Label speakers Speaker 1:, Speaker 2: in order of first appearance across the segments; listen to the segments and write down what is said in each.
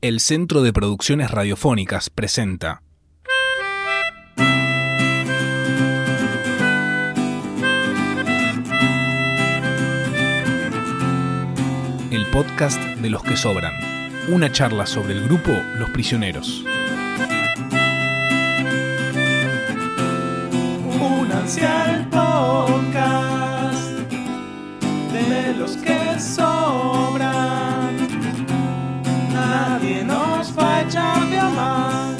Speaker 1: el Centro de Producciones Radiofónicas presenta el podcast de los que sobran, una charla sobre el grupo Los Prisioneros.
Speaker 2: Únanse al podcast de los que sobran. Nadie nos va a echar de a más.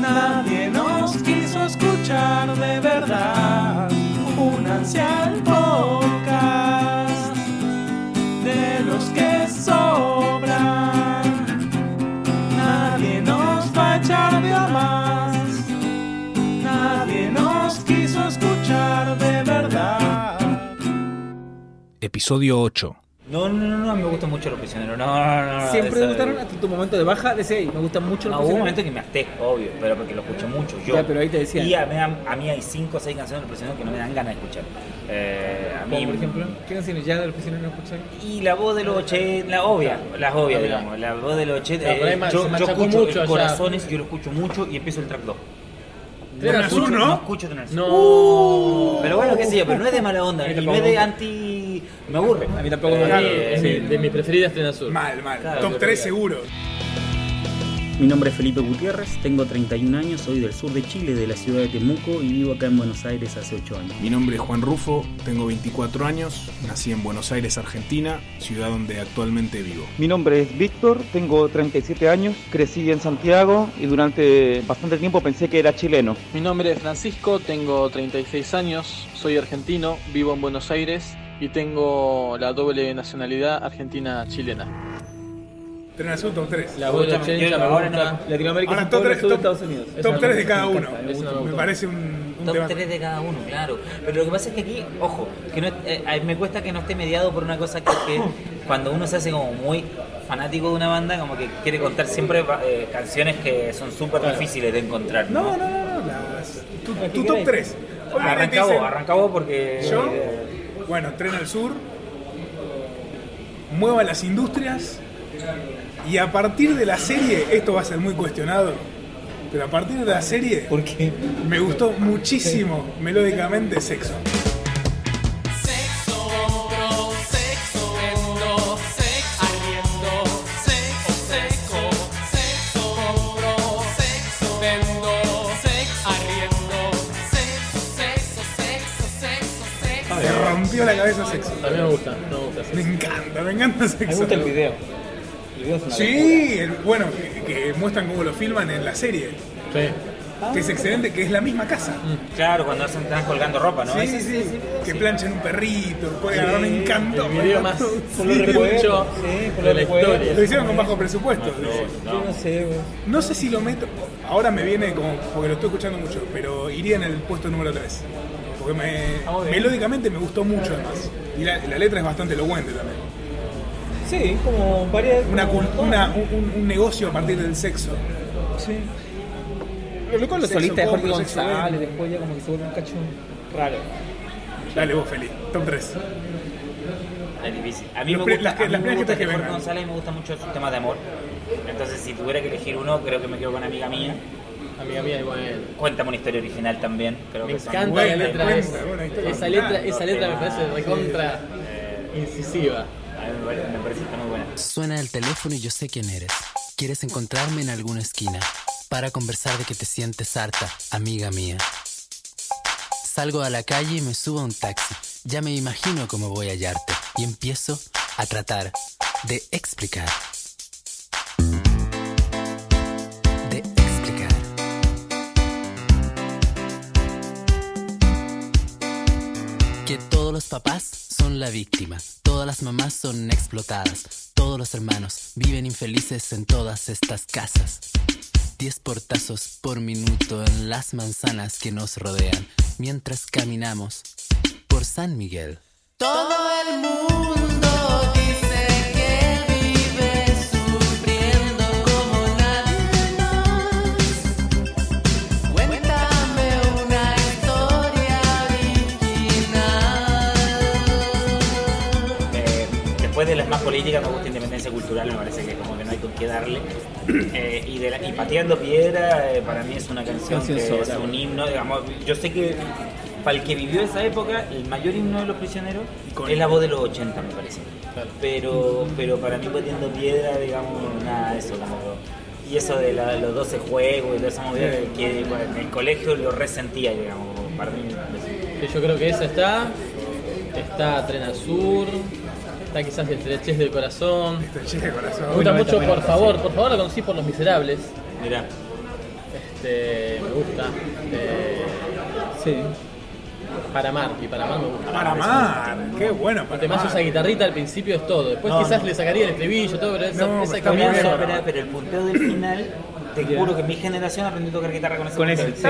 Speaker 2: Nadie nos quiso escuchar de verdad. Únanse al podcast de los que sobran. Nadie nos va a echar de a más. Nadie nos quiso escuchar de verdad.
Speaker 1: Episodio 8.
Speaker 3: No, no, no, no, me gustan mucho los prisioneros. No, no, no. no,
Speaker 4: Siempre me
Speaker 3: esa-
Speaker 4: gustaron hasta tu momento de baja, decía, y me gustan mucho los
Speaker 3: No, hubo un momento
Speaker 4: prisioneros.
Speaker 3: que me harté, obvio, pero porque lo escuché mucho yo.
Speaker 4: Ya, pero ahí te decía.
Speaker 3: Y a mí, a mí hay 5 o 6 canciones de los prisioneros que no me dan ganas de escuchar. Eh, a mí,
Speaker 4: Como, por ejemplo, Ah, ¿qué canciones ya de los prisioneros no escuché?
Speaker 3: Y la voz de los 80, la obvia, las
Speaker 4: Ah,
Speaker 3: obvias, digamos, la voz de los 80.
Speaker 5: No, pero ahí
Speaker 3: eh,
Speaker 5: ma-
Speaker 3: yo
Speaker 5: se
Speaker 3: yo
Speaker 5: machacó
Speaker 3: escucho
Speaker 5: mucho
Speaker 3: el
Speaker 5: allá.
Speaker 3: corazones, yo lo escucho mucho y empiezo el track 2.
Speaker 5: Tren al
Speaker 3: escucho,
Speaker 5: Sur, ¿no?
Speaker 3: no escucho Tren al Sur.
Speaker 4: Uh.
Speaker 5: No.
Speaker 3: Pero bueno, qué sé yo, pero no es de mala onda,
Speaker 5: A mí
Speaker 3: y no
Speaker 5: tampoco
Speaker 3: es de
Speaker 5: me gusta.
Speaker 3: anti. Me aburre.
Speaker 4: A mí tampoco me
Speaker 5: Claro,
Speaker 4: Eh,
Speaker 5: es mi- de mis preferidas Tren Azul.
Speaker 6: Mal, mal.
Speaker 3: Claro,
Speaker 6: Top
Speaker 3: yo
Speaker 6: 3
Speaker 3: creo.
Speaker 6: seguro.
Speaker 7: Mi nombre es Felipe Gutiérrez, tengo 31 años, soy del sur de Chile, de la ciudad de Temuco y vivo acá en Buenos Aires hace 8 años.
Speaker 6: Mi nombre es Juan Rufo, tengo 24 años, nací en Buenos Aires, Argentina, ciudad donde actualmente vivo.
Speaker 8: Mi nombre es Víctor, tengo 37 años, crecí en Santiago y durante bastante tiempo pensé que era chileno.
Speaker 9: Mi nombre es Francisco, tengo 36 años, soy argentino, vivo en Buenos Aires y tengo la doble nacionalidad argentina-chilena.
Speaker 6: Tren azul, top 3.
Speaker 5: La voz de
Speaker 3: Escúchame,
Speaker 5: Chencha
Speaker 3: yo
Speaker 5: me
Speaker 3: ahora
Speaker 5: gusta.
Speaker 4: Latinoamérica
Speaker 6: Ahora,
Speaker 4: es un
Speaker 6: top
Speaker 4: pueblo
Speaker 6: tres,
Speaker 4: sur de
Speaker 6: top-
Speaker 4: Estados Unidos. Esa
Speaker 6: Top
Speaker 4: no
Speaker 6: 3 de
Speaker 4: me
Speaker 6: cada uno.
Speaker 4: encanta, esa no me
Speaker 6: Me
Speaker 5: gusta.
Speaker 6: parece un, un
Speaker 3: Top
Speaker 6: tema.
Speaker 3: 3 de cada uno, claro. Pero lo que pasa es que aquí, ojo, que no, eh, a- me cuesta que no esté mediado por una cosa que, que cuando uno se hace como muy fanático de una banda, como que quiere contar siempre eh, canciones que son súper difíciles de encontrar.
Speaker 6: No, no, no, no. las- tu,
Speaker 4: ¿Qué
Speaker 6: tu top
Speaker 4: querés?
Speaker 6: 3.
Speaker 3: Arranca vos, arranca vos porque...
Speaker 6: Yo,
Speaker 3: eh,
Speaker 6: bueno, Tren al Sur, Mueva las Industrias, y a partir de la serie, esto va a ser muy cuestionado, pero a partir de la serie
Speaker 3: ¿Por qué?
Speaker 6: me gustó muchísimo melódicamente Sexo.
Speaker 2: Sexo, bro, sexo, vendo, sexo, ardiendo, sexo, seco, sexo, bro, sexo, vendo, sexo, ardiendo, sexo, sexo, sexo, sexo, sexo.
Speaker 6: Me rompió la cabeza Sexo.
Speaker 5: A mí me gusta, no me gusta.
Speaker 6: Me encanta, me encanta Sexo.
Speaker 3: Me gusta el video. El video es una locura.
Speaker 6: Sí, el- bueno, que, que muestran cómo lo filman en la serie,
Speaker 5: Sí.
Speaker 3: Ah.
Speaker 6: que es excelente, que es la misma casa.
Speaker 3: Claro, cuando hacen están colgando ropa, Mm. ¿no?
Speaker 6: Sí,
Speaker 3: Ese-
Speaker 6: sí, sí. Que planchan un perrito, el cuello agarrón, me encantó.
Speaker 5: El video más mucho
Speaker 6: Sí,
Speaker 5: de la
Speaker 6: Lo
Speaker 5: historia.
Speaker 6: hicieron con bajo presupuesto. dice.
Speaker 3: No,
Speaker 6: No sé si lo meto. Ahora me viene como. porque lo estoy escuchando mucho, pero iría en el puesto número 3. Porque
Speaker 3: Ah,
Speaker 6: me, melódicamente me gustó mucho además. Y la, la letra es bastante elocuente también.
Speaker 4: gusta. Sí, como varias...
Speaker 6: Una,
Speaker 4: como-
Speaker 6: cul- una- un, un negocio a partir del sexo.
Speaker 4: Sí. Lo loco los
Speaker 6: Sexo
Speaker 4: solistas de Jorge
Speaker 6: pop, sexo
Speaker 4: González,
Speaker 6: bien.
Speaker 4: después ya como que se vuelve un cachón raro.
Speaker 6: Dale vos, Feli. Top 3.
Speaker 3: Es difícil. A mí
Speaker 6: Los
Speaker 3: me
Speaker 6: pri-
Speaker 3: gusta,
Speaker 6: las que-
Speaker 3: a mí
Speaker 6: las
Speaker 3: me
Speaker 6: primeras
Speaker 3: gusta
Speaker 6: que te
Speaker 3: que Jorge
Speaker 6: vengan.
Speaker 3: González y me gusta mucho sus temas de amor. Entonces, si tuviera que elegir uno, creo que me quedo con Amiga Mía.
Speaker 5: Amiga mía, igual.
Speaker 3: Cuéntame una historia original también. Creo
Speaker 5: Me
Speaker 3: que son
Speaker 5: encanta la
Speaker 6: buena,
Speaker 3: buenas
Speaker 5: letra.
Speaker 6: buena,
Speaker 3: temas.
Speaker 5: esa.
Speaker 6: buena historia.
Speaker 5: Esa letra,
Speaker 3: Dos
Speaker 5: esa letra me
Speaker 3: temas.
Speaker 5: parece recontra
Speaker 3: Eh,
Speaker 5: incisiva.
Speaker 3: a mí me parece- me parece que está muy buena.
Speaker 10: Suena el teléfono y yo sé quién eres. Quieres encontrarme en alguna esquina para conversar de que te sientes harta, amiga mía. Salgo a la calle y me subo a un taxi. Ya me imagino cómo voy a hallarte y empiezo a tratar de explicar. De explicar. Que todos los papás son la víctima, todas las mamás son explotadas, todos los hermanos viven infelices en todas estas casas. Diez portazos por minuto en las manzanas que nos rodean mientras caminamos por San Miguel. Todo el mundo dice que vive sufriendo como nadie más. Cuéntame una historia original.
Speaker 3: Eh, después de las más políticas, me gusta Independencia Cultural. Me parece que como que no hay, con- que darle. Eh, y, de la- y Pateando Piedra eh, para mí es una canción
Speaker 9: Canción
Speaker 3: que es
Speaker 9: sobra.
Speaker 3: un himno, digamos, yo sé que para el que vivió esa época, el mayor himno de los prisioneros es la voz de los 80, me parece. Pero, pero para mí Pateando Piedra, digamos, nada de eso. como- y eso de la- los 12 juegos y toda esa movida
Speaker 5: Sí.
Speaker 3: que bueno, en el colegio lo resentía, digamos, como para mí.
Speaker 5: Que yo creo que esa está. Está Tren Azul. Está quizás el Estrechez del Corazón.
Speaker 6: Estrechez del Corazón.
Speaker 5: Me gusta
Speaker 6: Bueno,
Speaker 5: mucho,
Speaker 6: esta
Speaker 5: por
Speaker 6: me-
Speaker 5: favor. Por favor, la conocí por Los Miserables.
Speaker 3: Mirá.
Speaker 5: Este, me gusta. Este,
Speaker 4: sí.
Speaker 5: Para Mar. Y para Mar me gusta.
Speaker 6: Para Mar, qué buena para
Speaker 5: Además,
Speaker 6: Mar.
Speaker 5: esa guitarrita al principio es todo. Después
Speaker 6: No,
Speaker 5: quizás
Speaker 6: no.
Speaker 5: le sacaría el estribillo, todo, pero esa,
Speaker 6: No,
Speaker 5: esa
Speaker 6: está bien,
Speaker 5: comienzo.
Speaker 6: pero-
Speaker 3: Pero, pero el punteo del final, te juro que mi generación aprendió a tocar guitarra con ese
Speaker 4: Con
Speaker 3: punteo.
Speaker 4: ese- sí. Sí.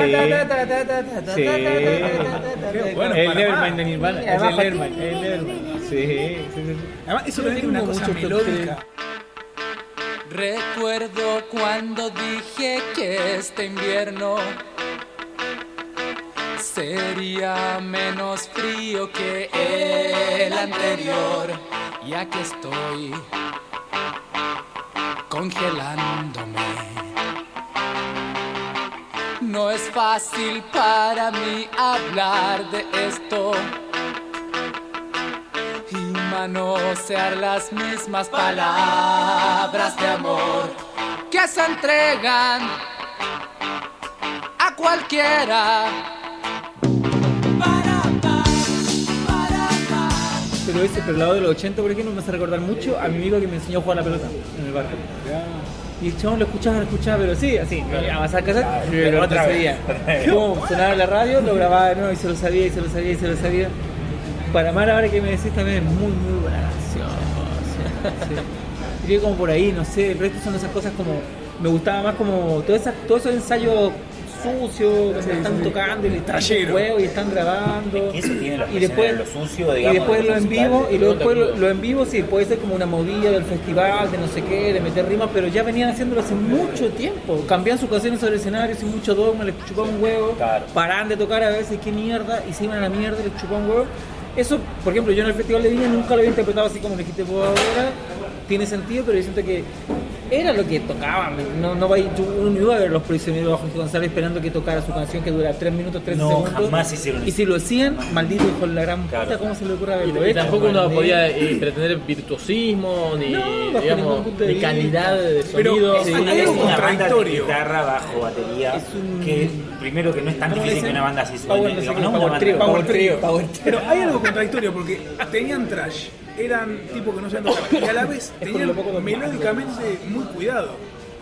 Speaker 6: Qué bueno,
Speaker 4: El
Speaker 6: para
Speaker 4: Nevermind
Speaker 6: Mar.
Speaker 4: de Nirvana. Es
Speaker 3: Mira,
Speaker 4: el
Speaker 3: abajo.
Speaker 4: Nevermind. El Nevermind. Sí, sí, sí.
Speaker 6: Además, eso
Speaker 4: Yo
Speaker 6: también tiene
Speaker 4: tengo
Speaker 6: una cosa
Speaker 4: muchos top
Speaker 6: melódica.
Speaker 10: Recuerdo cuando dije que este invierno sería menos frío que el anterior. Y aquí estoy congelándome. No es fácil para mí hablar de esto y manosear las mismas palabras de amor que se entregan a cualquiera.
Speaker 4: Pero ese, pero el lado de los 80, por ejemplo, me hace recordar mucho a mi amigo que me enseñó a jugar a la pelota en el barco. Y el chabón lo escuchaba, lo escuchaba, pero sí, así, no le amasaba casa, pero no te sabía. Pum, sonaba la radio, lo grababa de nuevo y se lo sabía, y se lo sabía, y se lo sabía. Para Mar, ahora que me decís también, es muy, muy buena canción. Sí. Diría como por ahí, no sé, el resto son esas cosas como. Me gustaba más como todas esas, todos esos ensayos sucios que se están tocando y le están haciendo
Speaker 6: Trayero.
Speaker 4: huevos y están grabando.
Speaker 3: Eso tiene los
Speaker 4: Y después-
Speaker 3: prisioneros, lo sucio, digamos.
Speaker 4: y después
Speaker 3: de
Speaker 4: lo
Speaker 3: los
Speaker 4: en vivo, y
Speaker 3: musicales.
Speaker 4: luego después lo, lo en vivo sí, puede ser como una movida del festival, de no sé qué, de meter rimas, pero ya venían haciéndolo hace mucho tiempo. Cambiaban sus canciones sobre el escenario sin mucho dogma, les chupaban un huevo,
Speaker 3: Claro.
Speaker 4: paraban de tocar a veces, qué mierda, y se iban a la mierda, les chupaban un huevo. Eso, por ejemplo, yo en el Festival de Viña nunca lo había interpretado así como lo dijiste vos ahora, tiene sentido, pero yo siento que era lo que tocaban. No, no va a ir- uno no iba a ver a los prisioneros bajo Jorge González esperando que tocara su canción que dura 3 minutos, 13
Speaker 3: No,
Speaker 4: segundos.
Speaker 3: jamás hicieron
Speaker 4: Y
Speaker 3: eso.
Speaker 4: si lo hacían, maldito con la gran puta,
Speaker 3: Claro.
Speaker 4: ¿cómo se le ocurre haberlo
Speaker 5: Y, y
Speaker 4: hecho,
Speaker 5: tampoco uno
Speaker 4: maldito?
Speaker 5: podía eh, pretender virtuosismo, ni,
Speaker 4: No, bajo ningún
Speaker 5: digamos,
Speaker 4: punto de
Speaker 5: ni
Speaker 4: vista.
Speaker 5: calidad de
Speaker 6: Pero
Speaker 5: sonido.
Speaker 3: Es
Speaker 6: Sí.
Speaker 3: una,
Speaker 6: Hay
Speaker 3: es
Speaker 6: algo
Speaker 3: una banda de
Speaker 6: contradictorio.
Speaker 3: guitarra, bajo, batería, que primero que no es tan difícil que una banda así suene,
Speaker 4: Power, no sé
Speaker 3: digamos,
Speaker 4: qué,
Speaker 3: no, una
Speaker 4: Power
Speaker 3: banda-
Speaker 4: Trio,
Speaker 3: Power
Speaker 4: Power Trio, Power Trio.
Speaker 6: Pero hay algo contradictorio porque tenían trash, eran tipo que no se han tocado, y a la vez
Speaker 4: Es
Speaker 6: tenían
Speaker 4: lo poco normal.
Speaker 6: melódicamente muy cuidado.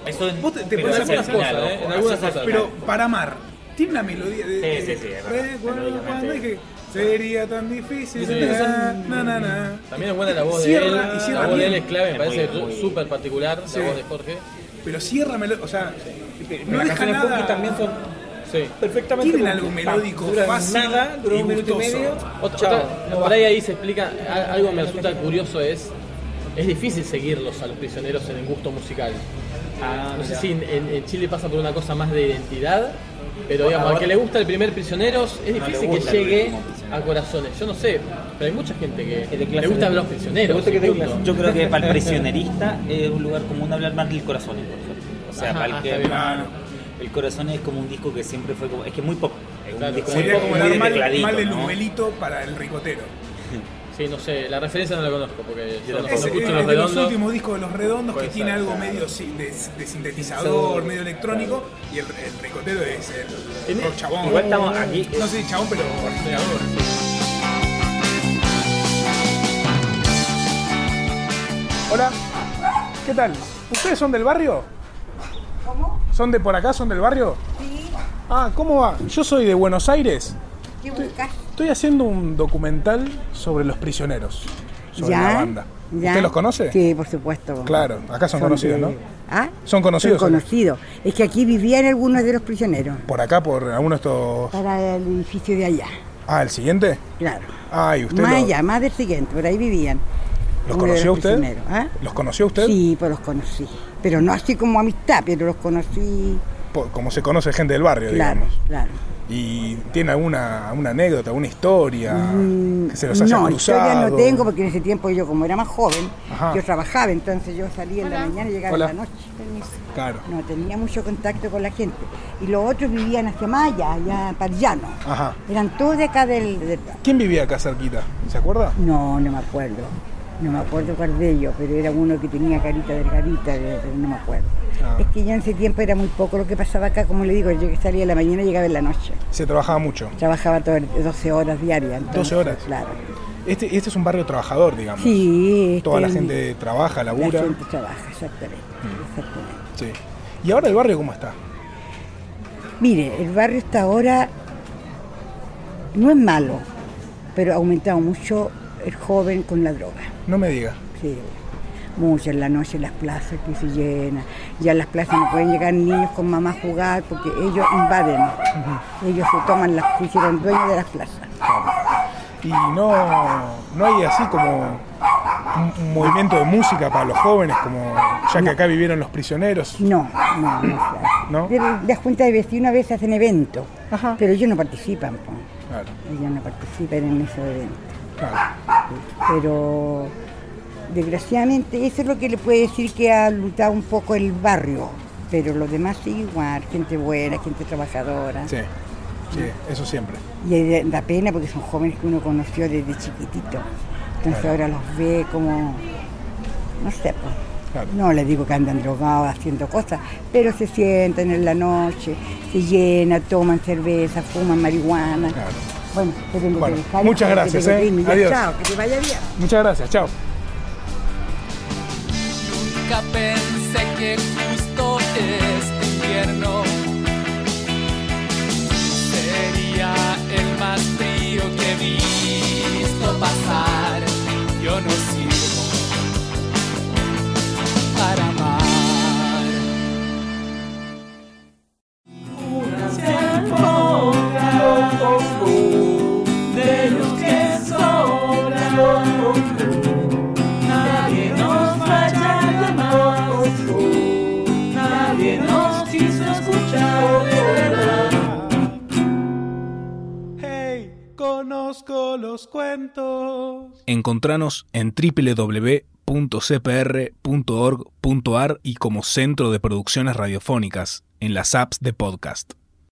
Speaker 3: Eso en-
Speaker 6: Vos te- te
Speaker 3: pero
Speaker 6: pones
Speaker 3: eso
Speaker 6: algunas
Speaker 3: es al final,
Speaker 5: cosas, ¿eh?
Speaker 3: ojo,
Speaker 5: En algunas
Speaker 3: eso es al
Speaker 5: cosas.
Speaker 6: Pero
Speaker 3: final.
Speaker 6: para amar, tiene una melodía de.
Speaker 3: Sí, sí, sí, es verdad.
Speaker 6: Recuerdo cuando
Speaker 3: Melódicamente.
Speaker 6: dije, sería tan difícil.
Speaker 5: Sí.
Speaker 6: na, na, na, na".
Speaker 5: También es buena la voz
Speaker 6: Cierra,
Speaker 5: de él.
Speaker 6: y cierra
Speaker 5: la voz de él
Speaker 6: bien.
Speaker 5: es clave, me
Speaker 3: Es
Speaker 5: parece
Speaker 3: muy- muy-
Speaker 5: súper particular
Speaker 6: Sí.
Speaker 5: la voz de Jorge.
Speaker 6: Pero cierra melódico, o sea, no
Speaker 4: las
Speaker 6: deja
Speaker 4: canciones punk
Speaker 6: nada.
Speaker 4: también son
Speaker 5: Sí.
Speaker 4: perfectamente.
Speaker 6: Tienen
Speaker 4: punk.
Speaker 6: algo melódico,
Speaker 4: Duran
Speaker 6: fácil
Speaker 4: Nada, duró
Speaker 6: y
Speaker 4: un minuto y
Speaker 6: gustoso.
Speaker 4: medio.
Speaker 5: Otra,
Speaker 4: chao,
Speaker 5: otra-
Speaker 4: no
Speaker 5: por
Speaker 4: va.
Speaker 5: ahí ahí se explica, a- algo me resulta curioso es, es difícil seguirlos a los prisioneros en el gusto musical.
Speaker 4: Ah,
Speaker 5: No sé
Speaker 4: mira.
Speaker 5: si en, en- en Chile pasa por una cosa más de identidad, pero digamos, al que le gusta el primer prisioneros es
Speaker 3: le
Speaker 5: difícil
Speaker 3: gusta
Speaker 5: que
Speaker 3: el
Speaker 5: llegue
Speaker 3: último Prisioneros.
Speaker 5: a corazones. Yo no sé, pero hay mucha gente que
Speaker 4: Es de clase
Speaker 5: le gustan
Speaker 4: media.
Speaker 5: los prisioneros.
Speaker 4: Le gusta que te
Speaker 5: punto.
Speaker 4: clase.
Speaker 3: Yo creo que para el prisionerista es un lugar común hablar más del corazón, por ejemplo. O sea,
Speaker 5: Ajá,
Speaker 3: para el que.
Speaker 5: está bien.
Speaker 3: ah, El corazón es como un disco que siempre fue como. Es que es muy pop. Es un
Speaker 5: Claro,
Speaker 3: disco muy
Speaker 6: Sería
Speaker 3: pop,
Speaker 6: como
Speaker 3: muy de
Speaker 6: el mal,
Speaker 3: tecladito,
Speaker 6: mal del
Speaker 3: ¿no?
Speaker 6: Lumelito para el ricotero.
Speaker 5: Sí, no sé, la referencia no la conozco porque yo no, no
Speaker 6: Es, es
Speaker 5: escucho
Speaker 6: de
Speaker 5: los
Speaker 6: los
Speaker 5: redondos.
Speaker 6: últimos discos de los redondos que
Speaker 5: Puede
Speaker 6: tiene
Speaker 5: ser,
Speaker 6: algo
Speaker 5: claro.
Speaker 6: medio si- de, de sintetizador, medio electrónico, y el, el ricotero es el rock chabón.
Speaker 3: Igual estamos aquí.
Speaker 6: No sé si chabón, pero Hola, ¿qué tal? ¿Ustedes son del barrio?
Speaker 11: ¿Cómo?
Speaker 6: ¿Son de por acá? ¿Son del barrio?
Speaker 11: Sí,
Speaker 6: Ah, ¿cómo va? Yo soy de Buenos Aires.
Speaker 11: ¿qué buscas?
Speaker 6: Estoy haciendo un documental sobre los prisioneros, sobre la banda.
Speaker 11: ya.
Speaker 6: ¿Usted los conoce?
Speaker 11: Sí, por supuesto.
Speaker 6: Claro, acá son, conocidos,
Speaker 11: de-
Speaker 6: ¿no?
Speaker 11: ¿Ah?
Speaker 6: Son conocidos,
Speaker 11: Son
Speaker 6: ¿o no?
Speaker 11: conocidos. Es que aquí vivían algunos de los prisioneros.
Speaker 6: Por acá, por algunos de estos...
Speaker 11: Para el edificio de allá,
Speaker 6: Ah, ¿el siguiente?
Speaker 11: claro.
Speaker 6: Ah, ¿y usted
Speaker 11: más
Speaker 6: lo-
Speaker 11: allá, más del siguiente, por ahí vivían.
Speaker 6: los
Speaker 11: algunos de
Speaker 6: conoció usted?
Speaker 11: prisioneros, ¿ah?
Speaker 6: ¿Los conoció usted?
Speaker 11: Sí, pues los conocí. Pero no así como amistad, pero los conocí
Speaker 6: po- como se conoce gente del barrio,
Speaker 11: Claro,
Speaker 6: digamos.
Speaker 11: claro.
Speaker 6: ¿Y tiene alguna, alguna anécdota, alguna historia que se los haya
Speaker 11: Mm, no, historia
Speaker 6: cruzado?
Speaker 11: no tengo porque en ese tiempo yo como era más joven,
Speaker 6: Ajá.
Speaker 11: yo trabajaba, entonces yo salía en la mañana y llegaba
Speaker 6: Hola.
Speaker 11: en la noche. Permiso.
Speaker 6: Claro.
Speaker 11: No tenía mucho contacto con la gente. Y los otros vivían hacia Maya, allá para el llano.
Speaker 6: Ajá.
Speaker 11: Eran todos de acá del... del-
Speaker 6: ¿Quién vivía acá cerquita? ¿Se acuerda?
Speaker 11: No, no me acuerdo. No me acuerdo cuál de ellos, pero era uno que tenía carita delgadita, de- pero no me acuerdo.
Speaker 6: Ah.
Speaker 11: Es que ya en ese tiempo era muy poco lo que pasaba acá, como le digo, yo que salía en la mañana y llegaba en la noche.
Speaker 6: Se trabajaba mucho.
Speaker 11: Trabajaba todo el- 12 horas diarias.
Speaker 6: 12 horas.
Speaker 11: Claro.
Speaker 6: Este, este es un barrio trabajador, digamos.
Speaker 11: Sí.
Speaker 6: Toda la
Speaker 11: este-
Speaker 6: gente trabaja, labura.
Speaker 11: La gente trabaja, exactamente. exactamente.
Speaker 6: Sí. ¿Y ahora el barrio cómo está?
Speaker 11: Mire, el barrio hasta ahora no es malo, pero ha aumentado mucho el joven con la droga.
Speaker 6: No me diga.
Speaker 11: Sí, mucho en la noche las plazas que se llenan. Ya en las plazas no pueden llegar niños con mamá a jugar porque ellos invaden. Ellos se toman las se hicieron dueños de las plazas.
Speaker 6: Y no, no hay así como un, un movimiento de música para los jóvenes, como ya que acá vivieron los prisioneros.
Speaker 11: No, no, no.
Speaker 6: ¿No?
Speaker 11: De- Las juntas de vecinos a veces hacen eventos, pero ellos no participan. po.
Speaker 6: Claro.
Speaker 11: Ellos no participan en esos eventos.
Speaker 6: Claro.
Speaker 11: pero desgraciadamente eso es lo que le puede decir que ha luchado un poco el barrio, pero los demás sigue igual, gente buena, gente trabajadora.
Speaker 6: Sí, sí, eso siempre.
Speaker 11: Y ahí da pena porque son jóvenes que uno conoció desde chiquitito. Entonces
Speaker 6: Claro.
Speaker 11: ahora los ve como, no sé, pues.
Speaker 6: Claro.
Speaker 11: No les digo que andan drogados haciendo cosas, pero se sientan en la noche, se llenan, toman cerveza, fuman marihuana. Bueno, te tengo
Speaker 6: Bueno,
Speaker 11: que dejar.
Speaker 6: muchas
Speaker 11: porque
Speaker 6: gracias,
Speaker 11: tengo
Speaker 6: ¿eh?
Speaker 11: que irme. Ya,
Speaker 6: Adiós.
Speaker 11: Chao, que te vaya bien.
Speaker 6: Muchas gracias, chao.
Speaker 12: Nunca pensé que justo este invierno sería el más frío que he visto pasar. Yo no sirvo para amar.
Speaker 2: de los que sobran. Nadie nos va a echar la mano, nadie nos quiso escuchar de verdad. Hey, conozco los cuentos.
Speaker 1: Encontranos en www.cpr.org.ar y como Centro de Producciones Radiofónicas en las apps de podcast.